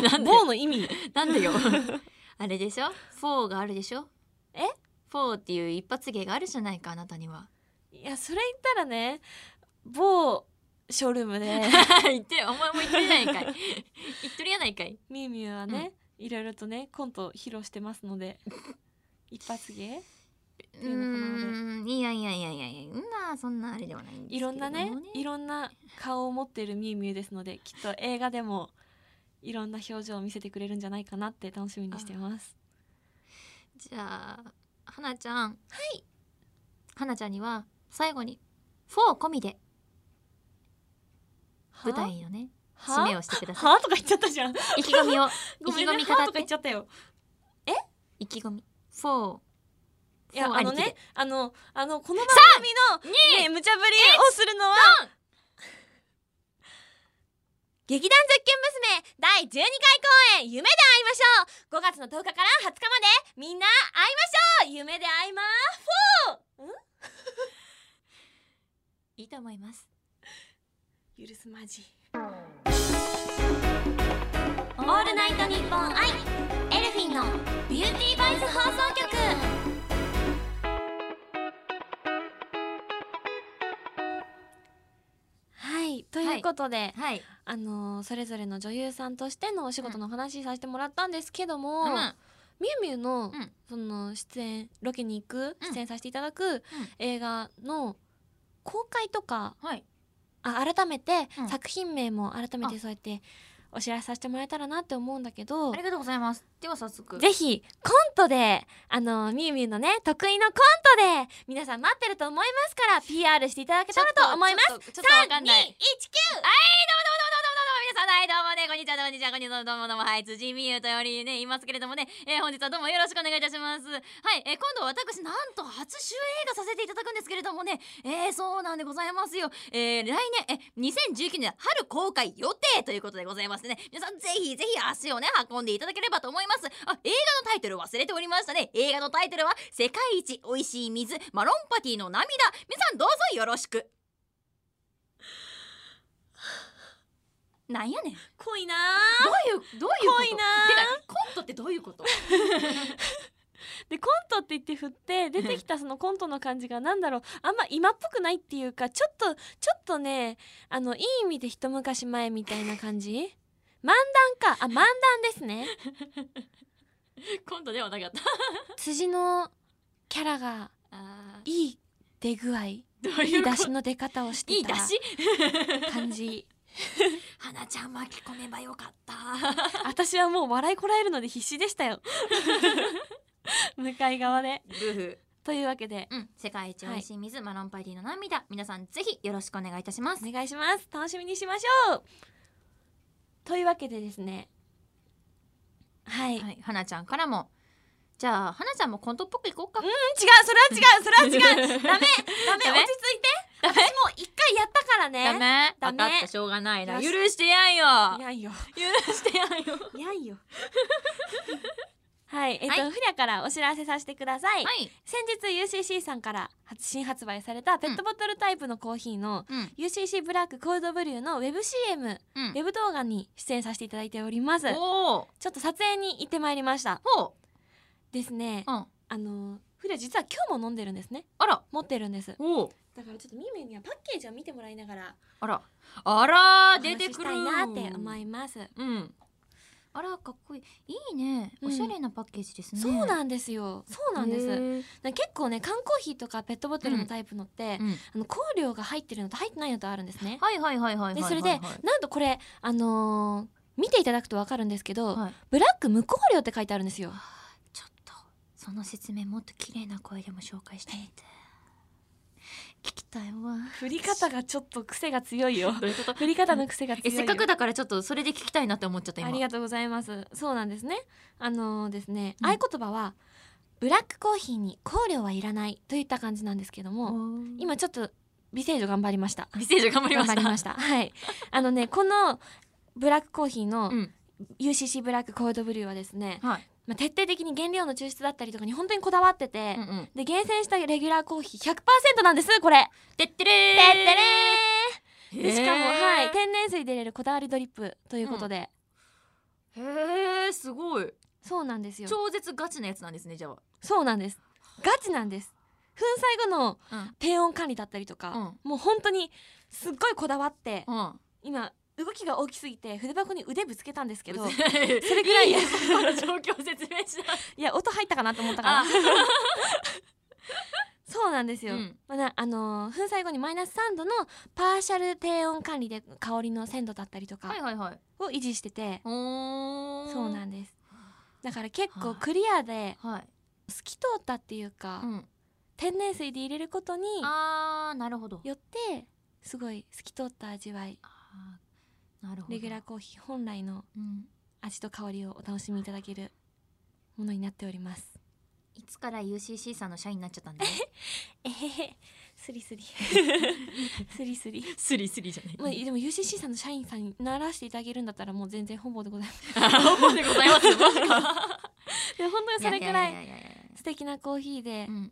[SPEAKER 1] <laughs> なんで
[SPEAKER 2] 棒の意味
[SPEAKER 1] なん <laughs> でよあれでしょフォーがあるでしょ
[SPEAKER 2] え
[SPEAKER 1] フォーっていう一発芸があるじゃないかあなたには
[SPEAKER 2] いやそれ言ったらね某ショールーム <laughs> で
[SPEAKER 1] <laughs> 言ってるお前も <laughs> 言ってるやないかい言ってるやないかい
[SPEAKER 2] みゆみゆはね、いろいろとねコントを披露してますの <laughs> で一発芸
[SPEAKER 1] うーんいやいやいやいやいやそんなそんなあれではないんですけ
[SPEAKER 2] い
[SPEAKER 1] れど
[SPEAKER 2] ろ
[SPEAKER 1] も
[SPEAKER 2] んなねいろんな顔を持っているみゆみゆですの <laughs> できっと映画でもいろんな表情を見せてくれるんじゃないかなって楽しみにしてます
[SPEAKER 1] じゃあ花ちゃんはい花ちゃんには最後にフォー込みで舞台のね
[SPEAKER 2] は
[SPEAKER 1] 締めをしてくださ
[SPEAKER 2] はとか言っちゃったじゃ
[SPEAKER 1] い
[SPEAKER 2] ん
[SPEAKER 1] 意気込みを
[SPEAKER 2] ごめんね <laughs>
[SPEAKER 1] 意気込み語って
[SPEAKER 2] はとか言っちゃったよ
[SPEAKER 1] 意気込みフォー
[SPEAKER 2] いや
[SPEAKER 1] フォー
[SPEAKER 2] あの
[SPEAKER 1] りき
[SPEAKER 2] ね
[SPEAKER 1] で
[SPEAKER 2] あのあのこの番組の
[SPEAKER 1] に
[SPEAKER 2] ね無茶ぶりをするのは劇団絶見娘第12回公演夢で会いましょう5月の10日から20日までみんな会いましょう夢で会いま
[SPEAKER 1] いいと思います
[SPEAKER 2] 許すまじ
[SPEAKER 1] オ
[SPEAKER 2] オールナイトニッポンアイエルフィンのビューティーバイス放送局はいということで、
[SPEAKER 1] はい、
[SPEAKER 2] あのーそれぞれの女優さんとしてのお仕事のお話させてもらったんですけど
[SPEAKER 1] う
[SPEAKER 2] も、
[SPEAKER 1] ん、
[SPEAKER 2] みゆみゆの、
[SPEAKER 1] うん
[SPEAKER 2] その出演ロケに行く
[SPEAKER 1] うん
[SPEAKER 2] 出演させていただく映画の公開とか
[SPEAKER 1] はい
[SPEAKER 2] あ改めて、
[SPEAKER 1] うん
[SPEAKER 2] 作品名も改めてそうやってお知らせさせてもらえたらなって思うんだけど
[SPEAKER 1] ありがとうございますでは早速
[SPEAKER 2] ぜひコントであのみゆみゆのね得意のコントで皆さん待ってると思いますから PR していただけたらと思います
[SPEAKER 1] すちょっとわかんない
[SPEAKER 2] 3 2 1
[SPEAKER 1] 皆さん、はい、どうもね、こんにちは、こんにちは、こんにちは、どうもどうも、はい、辻美優とよりね、いますけれどもね、えー本日はどうもよろしくお願いいたします。はい、えー今度は私、なんと初主演映画させていただくんですけれどもね、えーそうなんでございますよ。えー来年、えー2019年春公開予定ということでございますね。皆さん、ぜひぜひ足をね、運んでいただければと思います。あ、映画のタイトル忘れておりましたね。映画のタイトルは、世界一美味しい水、マロンパティの涙。皆さん、どうぞよろしく。なんやねん。
[SPEAKER 2] 濃いな
[SPEAKER 1] どういうどういうこと
[SPEAKER 2] 濃い
[SPEAKER 1] て
[SPEAKER 2] な
[SPEAKER 1] かコントってどういうこと
[SPEAKER 2] でコントって言って振って出てきたそのコントの感じがなんだろうあんま今っぽくないっていうかちょっとちょっとねあのいい意味で一昔前みたいな感じ漫談かあ漫談ですね
[SPEAKER 1] <laughs> コントではなかった
[SPEAKER 2] 辻のキャラが
[SPEAKER 1] あー
[SPEAKER 2] いい出具合い
[SPEAKER 1] どうい
[SPEAKER 2] いう
[SPEAKER 1] こ
[SPEAKER 2] 出
[SPEAKER 1] と
[SPEAKER 2] 汁の出方をして
[SPEAKER 1] いい出
[SPEAKER 2] た
[SPEAKER 1] し
[SPEAKER 2] 感じ
[SPEAKER 1] 花ちゃん巻き込めばよかった
[SPEAKER 2] 私はもう笑いこらえるので必死でし
[SPEAKER 1] <laughs>
[SPEAKER 2] たよ向かい側で
[SPEAKER 1] ブフ
[SPEAKER 2] というわけで
[SPEAKER 1] うん世界一美味しい水、マロンパティの涙皆さんぜひよろしくお願いいたします
[SPEAKER 2] お願いします楽しみにしましょうというわけでですねはい、
[SPEAKER 1] はい花ちゃんからもじゃあ花ちゃんもコントっぽくいこう <laughs> か、
[SPEAKER 2] 違うそれは違うそれは違 <laughs> うダメダメ
[SPEAKER 1] ダメ
[SPEAKER 2] 落ち着いて私もう一回やったからね
[SPEAKER 1] ダメ
[SPEAKER 2] ダメ
[SPEAKER 1] 分かったしょうがないな
[SPEAKER 2] よ
[SPEAKER 1] 許
[SPEAKER 2] し
[SPEAKER 1] してやんよ
[SPEAKER 2] やんよ
[SPEAKER 1] 許してやんよ
[SPEAKER 2] やんよはいえっと、
[SPEAKER 1] はい
[SPEAKER 2] フリャからお知らせさせてください、
[SPEAKER 1] はい
[SPEAKER 2] 先日 UCC さんから発新発売されたペットボトルタイプのコーヒーの、
[SPEAKER 1] うん
[SPEAKER 2] UCC ブラックコールドブリューのウェブ CM、
[SPEAKER 1] うん
[SPEAKER 2] ウェブ動画に出演させていただいております
[SPEAKER 1] おお
[SPEAKER 2] ちょっと撮影に行ってまいりました
[SPEAKER 1] ほ
[SPEAKER 2] ですね
[SPEAKER 1] ううん
[SPEAKER 2] あのフリャ実は今日も飲んでるんですね
[SPEAKER 1] あら
[SPEAKER 2] 持ってるんです
[SPEAKER 1] おお
[SPEAKER 2] だからちょっとミーメンにはパッケージを見てもらいながら
[SPEAKER 1] あらあ
[SPEAKER 2] お
[SPEAKER 1] ら出
[SPEAKER 2] 話
[SPEAKER 1] て
[SPEAKER 2] しし
[SPEAKER 1] く
[SPEAKER 2] た
[SPEAKER 1] る
[SPEAKER 2] いなって思います、
[SPEAKER 1] うん。あらかっこいい。いいね。
[SPEAKER 2] うん
[SPEAKER 1] おしゃれなパッケージですね。
[SPEAKER 2] そうんなんですよそうなんですだか
[SPEAKER 1] す。
[SPEAKER 2] ら結構ね缶コーヒーとかペットボトルのタイプのって、
[SPEAKER 1] うん
[SPEAKER 2] あの香料が入ってるのと入ってないのとあるんですね
[SPEAKER 1] はいはいはいはいはいはいはい。
[SPEAKER 2] でそれでなんとこれあのー見ていただくとわかるんですけど、
[SPEAKER 1] はい
[SPEAKER 2] ブラック無香料って書いてあるんですよ
[SPEAKER 1] ちょっとその説明もっと綺麗な声でも紹介してみて。聞きたいわ。
[SPEAKER 2] 振り方がちょっと癖が強 <laughs> いよ
[SPEAKER 1] どういうこと？
[SPEAKER 2] 振り方の癖が強
[SPEAKER 1] え
[SPEAKER 2] いよ
[SPEAKER 1] せっかくだからちょっとそれで聞きたいなって思っちゃった今。
[SPEAKER 2] ありがとうございますそうなんですねあのーですね、
[SPEAKER 1] うん
[SPEAKER 2] 合言葉はブラックコーヒーに香料はいらないといった感じなんですけども
[SPEAKER 1] おー。
[SPEAKER 2] 今ちょっと美声女頑張りました
[SPEAKER 1] 美声女頑張りました
[SPEAKER 2] 頑張り
[SPEAKER 1] <laughs>
[SPEAKER 2] ましたはいあのねこのブラックコーヒーの
[SPEAKER 1] うん
[SPEAKER 2] UCC ブラックコールドブリューはですね、
[SPEAKER 1] はい、
[SPEAKER 2] まあ、徹底的に原料の抽出だったりとかに本当にこだわってて、
[SPEAKER 1] うんうん、
[SPEAKER 2] で厳選したレギュラーコーヒー100%なんですこれ
[SPEAKER 1] てってれー
[SPEAKER 2] てってれーでしかも、
[SPEAKER 1] へー
[SPEAKER 2] はい、天然水で入れるこだわりドリップということで、
[SPEAKER 1] へえすごい
[SPEAKER 2] そうなんですよ
[SPEAKER 1] 超絶ガチなやつなんですねじゃ
[SPEAKER 2] そうなんですガチなんです粉砕後の
[SPEAKER 1] あ
[SPEAKER 2] 低温管理だったりと
[SPEAKER 1] うんう
[SPEAKER 2] か、
[SPEAKER 1] ん
[SPEAKER 2] もう本当にすっごいこだわって、
[SPEAKER 1] うん
[SPEAKER 2] 今動きが大きすぎて筆箱に腕ぶつけたんですけど
[SPEAKER 1] そ
[SPEAKER 2] れぐらい
[SPEAKER 1] やその状況を説明しない
[SPEAKER 2] いや音入ったかなと思ったから
[SPEAKER 1] あ
[SPEAKER 2] <laughs> そうなんです
[SPEAKER 1] う
[SPEAKER 2] よ、
[SPEAKER 1] ん
[SPEAKER 2] まあなあのー粉砕後にマイナス3度のパーシャル低温管理で香りの鮮度だったりとか
[SPEAKER 1] はいはいはい
[SPEAKER 2] を維持してて、
[SPEAKER 1] おー
[SPEAKER 2] そうなんですだから結構
[SPEAKER 1] はい
[SPEAKER 2] クリアで
[SPEAKER 1] はい
[SPEAKER 2] 透き通ったっていうか、
[SPEAKER 1] うん
[SPEAKER 2] 天然水で入れることに
[SPEAKER 1] あーなるほど
[SPEAKER 2] よってすごい透き通った味わい
[SPEAKER 1] あーなるほど
[SPEAKER 2] レギュラーコーヒー本来の
[SPEAKER 1] うん
[SPEAKER 2] 味と香りをお楽しみいただけるものになっております
[SPEAKER 1] いつから UCC さんの社員になっちゃったんだよ
[SPEAKER 2] えへへスリス <laughs> リスリスリ
[SPEAKER 1] スリスリじゃない
[SPEAKER 2] まあ、でも UCC さんの社員さんにならしていただけるんだったらもう全然本望でございます
[SPEAKER 1] 本望でございますマジか
[SPEAKER 2] でも本当にそれくら
[SPEAKER 1] や
[SPEAKER 2] い
[SPEAKER 1] やややや
[SPEAKER 2] 素敵なコーヒーで
[SPEAKER 1] うん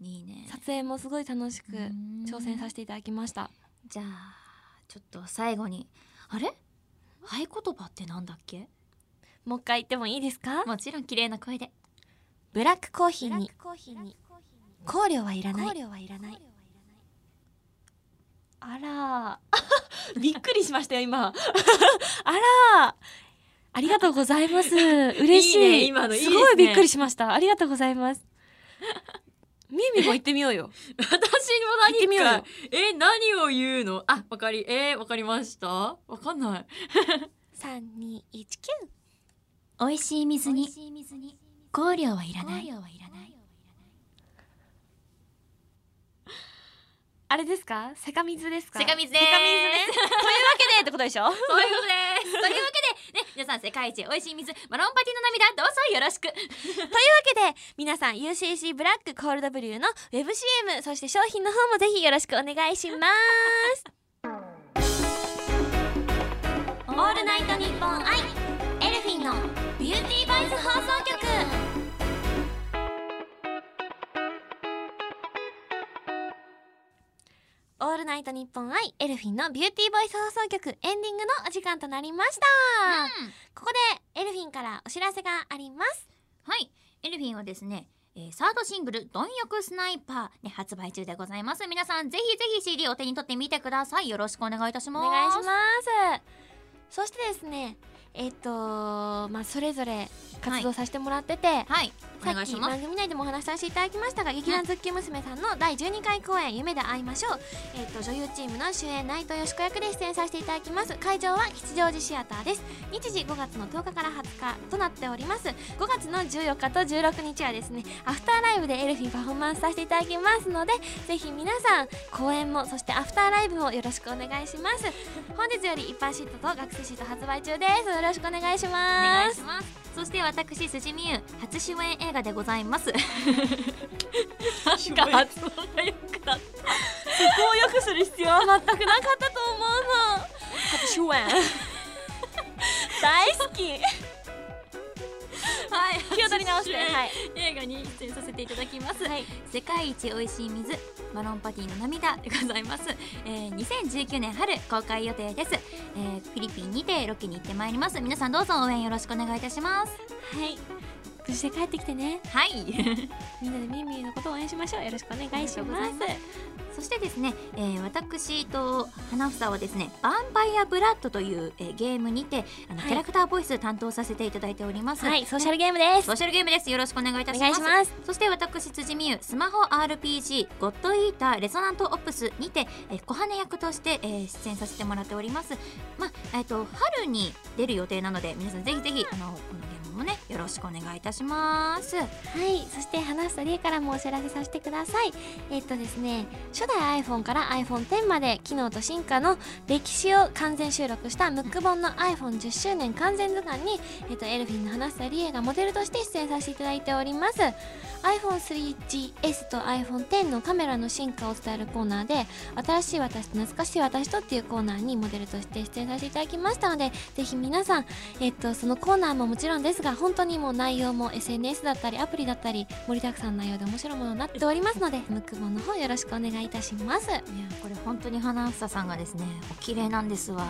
[SPEAKER 1] いいね
[SPEAKER 2] 撮影もすごい楽し
[SPEAKER 1] う
[SPEAKER 2] く
[SPEAKER 1] ん
[SPEAKER 2] 挑戦させていただきました
[SPEAKER 1] じゃあちょっと最後にあれ合言葉ってなんだっけ
[SPEAKER 2] もう一回言ってもいいですか
[SPEAKER 1] もちろん綺麗な声で
[SPEAKER 2] ブラックコーヒ
[SPEAKER 3] ブラ
[SPEAKER 2] ー
[SPEAKER 3] ッ
[SPEAKER 2] に
[SPEAKER 3] クコーヒーに
[SPEAKER 2] 香料はいらな
[SPEAKER 3] 香
[SPEAKER 2] い
[SPEAKER 3] 料はいらない
[SPEAKER 2] あらびっくりしましたよ
[SPEAKER 1] <laughs>
[SPEAKER 2] 今あらありがとうござい <laughs> ます嬉しい
[SPEAKER 1] いいね今のいいです
[SPEAKER 2] す
[SPEAKER 1] ね
[SPEAKER 2] ごいびっくりしましたありがとうございますミミも行ってみようよ
[SPEAKER 1] 私も
[SPEAKER 2] 行ってみようよ
[SPEAKER 1] え何を言うのあわかりえーわかりましたわかんない
[SPEAKER 2] 3219
[SPEAKER 1] 美味しい水
[SPEAKER 3] 美
[SPEAKER 1] に
[SPEAKER 3] 味しい水に
[SPEAKER 1] 香料はいら
[SPEAKER 3] 香
[SPEAKER 1] ない
[SPEAKER 3] 料はいらない
[SPEAKER 2] あれですかセカミズですか
[SPEAKER 1] セカミズです
[SPEAKER 2] セカミズですというわけでってことでしょ
[SPEAKER 1] <laughs> そういうことですというわけでね皆さん世界一美味しい水マロンパティの涙どうぞよろしく
[SPEAKER 2] というわけで皆さん UCC ブラックコールドブリューのウェブ CM そして商品の方もぜひよろしくお願いします
[SPEAKER 1] オ
[SPEAKER 2] <laughs> オールナイトニッポンアイエルフィンのビューティーバイス放送局オールナイトニッポンアイエルフィンのビューティーボイス放送局エンディングのお時間となりました、ここでエルフィンからお知らせがあります
[SPEAKER 1] はい、エルフィンはですね、えーサードシングル「貪欲スナイパー、ね」発売中でございます皆さんぜひぜひ CD お手に取ってみてくださいよろしくお願いいたします
[SPEAKER 2] お願いしますそしてですねえっ、とまあそれぞれ活動させてもらってて、
[SPEAKER 1] はいお
[SPEAKER 2] さ
[SPEAKER 1] 願い
[SPEAKER 2] っき
[SPEAKER 1] しま
[SPEAKER 2] 番
[SPEAKER 1] す
[SPEAKER 2] 組内でもお話しさせていただきましたが、劇団ズッキュン娘さんの第12回公演「夢で会いましょう」えっ、と女優チームの主演内藤よし子役で出演させていただきます会場は吉祥寺シアターです日時5月の10日から20日となっております5月の14日と16日はですねアフターライブでエルフィンパフォーマンスさせていただきますのでぜひ皆さん公演もそしてアフターライブもよろしくお願いします本日より一般シートと学生シート発売中ですよろしくお願いし
[SPEAKER 1] お願
[SPEAKER 2] ま
[SPEAKER 1] いし
[SPEAKER 2] す
[SPEAKER 1] ますそして私辻美優初主演映画でございますなんか発音が良くなっ
[SPEAKER 2] こうよくする必要は全くなかったと思うの初主演大好き
[SPEAKER 1] たはい
[SPEAKER 2] 気を取り直 <laughs>
[SPEAKER 1] 初
[SPEAKER 2] して、
[SPEAKER 1] 主演
[SPEAKER 2] はい、
[SPEAKER 1] 映画に出演させていただきます、
[SPEAKER 2] はい
[SPEAKER 1] 世界一美味しい水マロンパティの涙でございます、えー、2019年春公開予定です、えー、フィリピンにてロケに行ってまいります皆さんどうぞ応援よろしくお願いいたします
[SPEAKER 2] はい、無事で帰ってきてね
[SPEAKER 1] はいお
[SPEAKER 2] みんなでみーみーのことを応援しましょうよろしくお願いします
[SPEAKER 1] <laughs> そしてですね、えー、私と花房はですね「ヴァンパイアブラッド」という、えー、ゲームにてあの、
[SPEAKER 2] はい
[SPEAKER 1] キャラクターボイス担当させていただいております
[SPEAKER 2] はいソーシャルゲームです
[SPEAKER 1] ソーシャルゲームですよろしくお願いいた
[SPEAKER 2] お願いします
[SPEAKER 1] そして私辻美優スマホ RPG「ゴッドイーターレソナントオプス」にて、えー、小羽役として、えー出演させてもらっております、まあえー、と春に出る予定なので皆さんぜひぜひあのこのゲームももねよろしくお願いいたします
[SPEAKER 2] はい、そして話した例からもお知らせさせてください。えっとですね、初代 iPhone から iPhone10 まで機能と進化の歴史を完全収録したムック本の iPhone10 周年完全図鑑に、えっと、エルフィンの話した理恵がモデルとして出演させていただいております。iPhone3GS と iPhone10 のカメラの進化を伝えるコーナーで新しい私と懐かしい私とっていうコーナーにモデルとして出演させていただきましたのでぜひ皆さんえっと、そのコーナーももちろんですが本当にもう内容も SNS だったりアプリだったり盛りだくさんの内容で面白いものになっておりますのでムック本の方よろしくお願いいたします。いや
[SPEAKER 1] いやこれ本当に花房さんがですねお綺麗なんですわ
[SPEAKER 2] い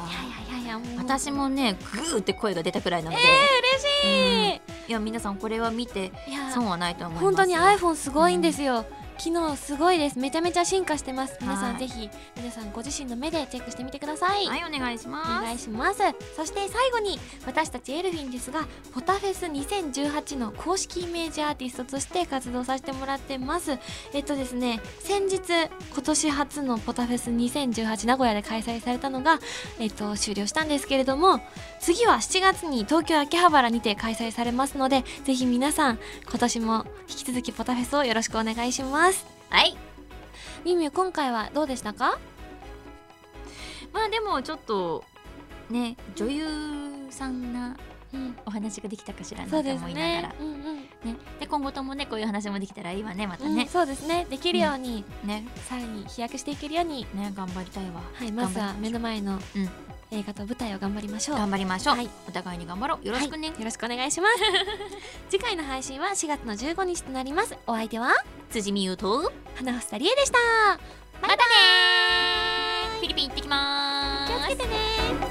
[SPEAKER 2] やいやいやもう
[SPEAKER 1] 私もねグーって声が出たくらいなので、
[SPEAKER 2] えー嬉し
[SPEAKER 1] いや皆さんこれは見て
[SPEAKER 2] い、いや
[SPEAKER 1] 損はないと思います
[SPEAKER 2] 本当に iPhone すごいんですよ。機能すごいですめちゃめちゃ進化してます皆さん
[SPEAKER 1] はい
[SPEAKER 2] ぜひ皆さんご自身の目でチェックしてみてください、
[SPEAKER 1] はいお願いし
[SPEAKER 2] お
[SPEAKER 1] ます
[SPEAKER 2] 願いしますそして最後に私たちエルフィンですがポタフェス2018の公式イメージアーティストとして活動させてもらってますえっとですね先日今年初のポタフェス2018名古屋で開催されたのが、えっと、終了したんですけれども次は7月に東京秋葉原にて開催されますのでぜひ皆さん今年も引き続きポタフェスをよろしくお願いします
[SPEAKER 1] はい
[SPEAKER 2] みみゅ今回はどうでしたか
[SPEAKER 1] まあでもちょっとね女優さんな
[SPEAKER 2] うん
[SPEAKER 1] お話ができたかしらな
[SPEAKER 2] そ
[SPEAKER 1] と
[SPEAKER 2] うです
[SPEAKER 1] 思いながら
[SPEAKER 2] ね、うんうん
[SPEAKER 1] ねで今後ともねこういう話もできたらいいわねまた
[SPEAKER 2] うん
[SPEAKER 1] ね、
[SPEAKER 2] そうですねできるように、
[SPEAKER 1] ね
[SPEAKER 2] さらに飛躍していけるように、
[SPEAKER 1] ね頑張りたいわ
[SPEAKER 2] はい、まずは目の前の
[SPEAKER 1] うん
[SPEAKER 2] 映画と舞台を頑張りましょう、
[SPEAKER 1] 頑張りましょう、
[SPEAKER 2] はい
[SPEAKER 1] お互いに頑張ろうよろしくね、
[SPEAKER 2] はいよろしくお願いします <laughs> 次回の配信は4月の15日となりますお相手は
[SPEAKER 1] 辻美優と
[SPEAKER 2] 花房理恵でした
[SPEAKER 1] またねーフィリピン行ってきまーす
[SPEAKER 2] 気をつけてね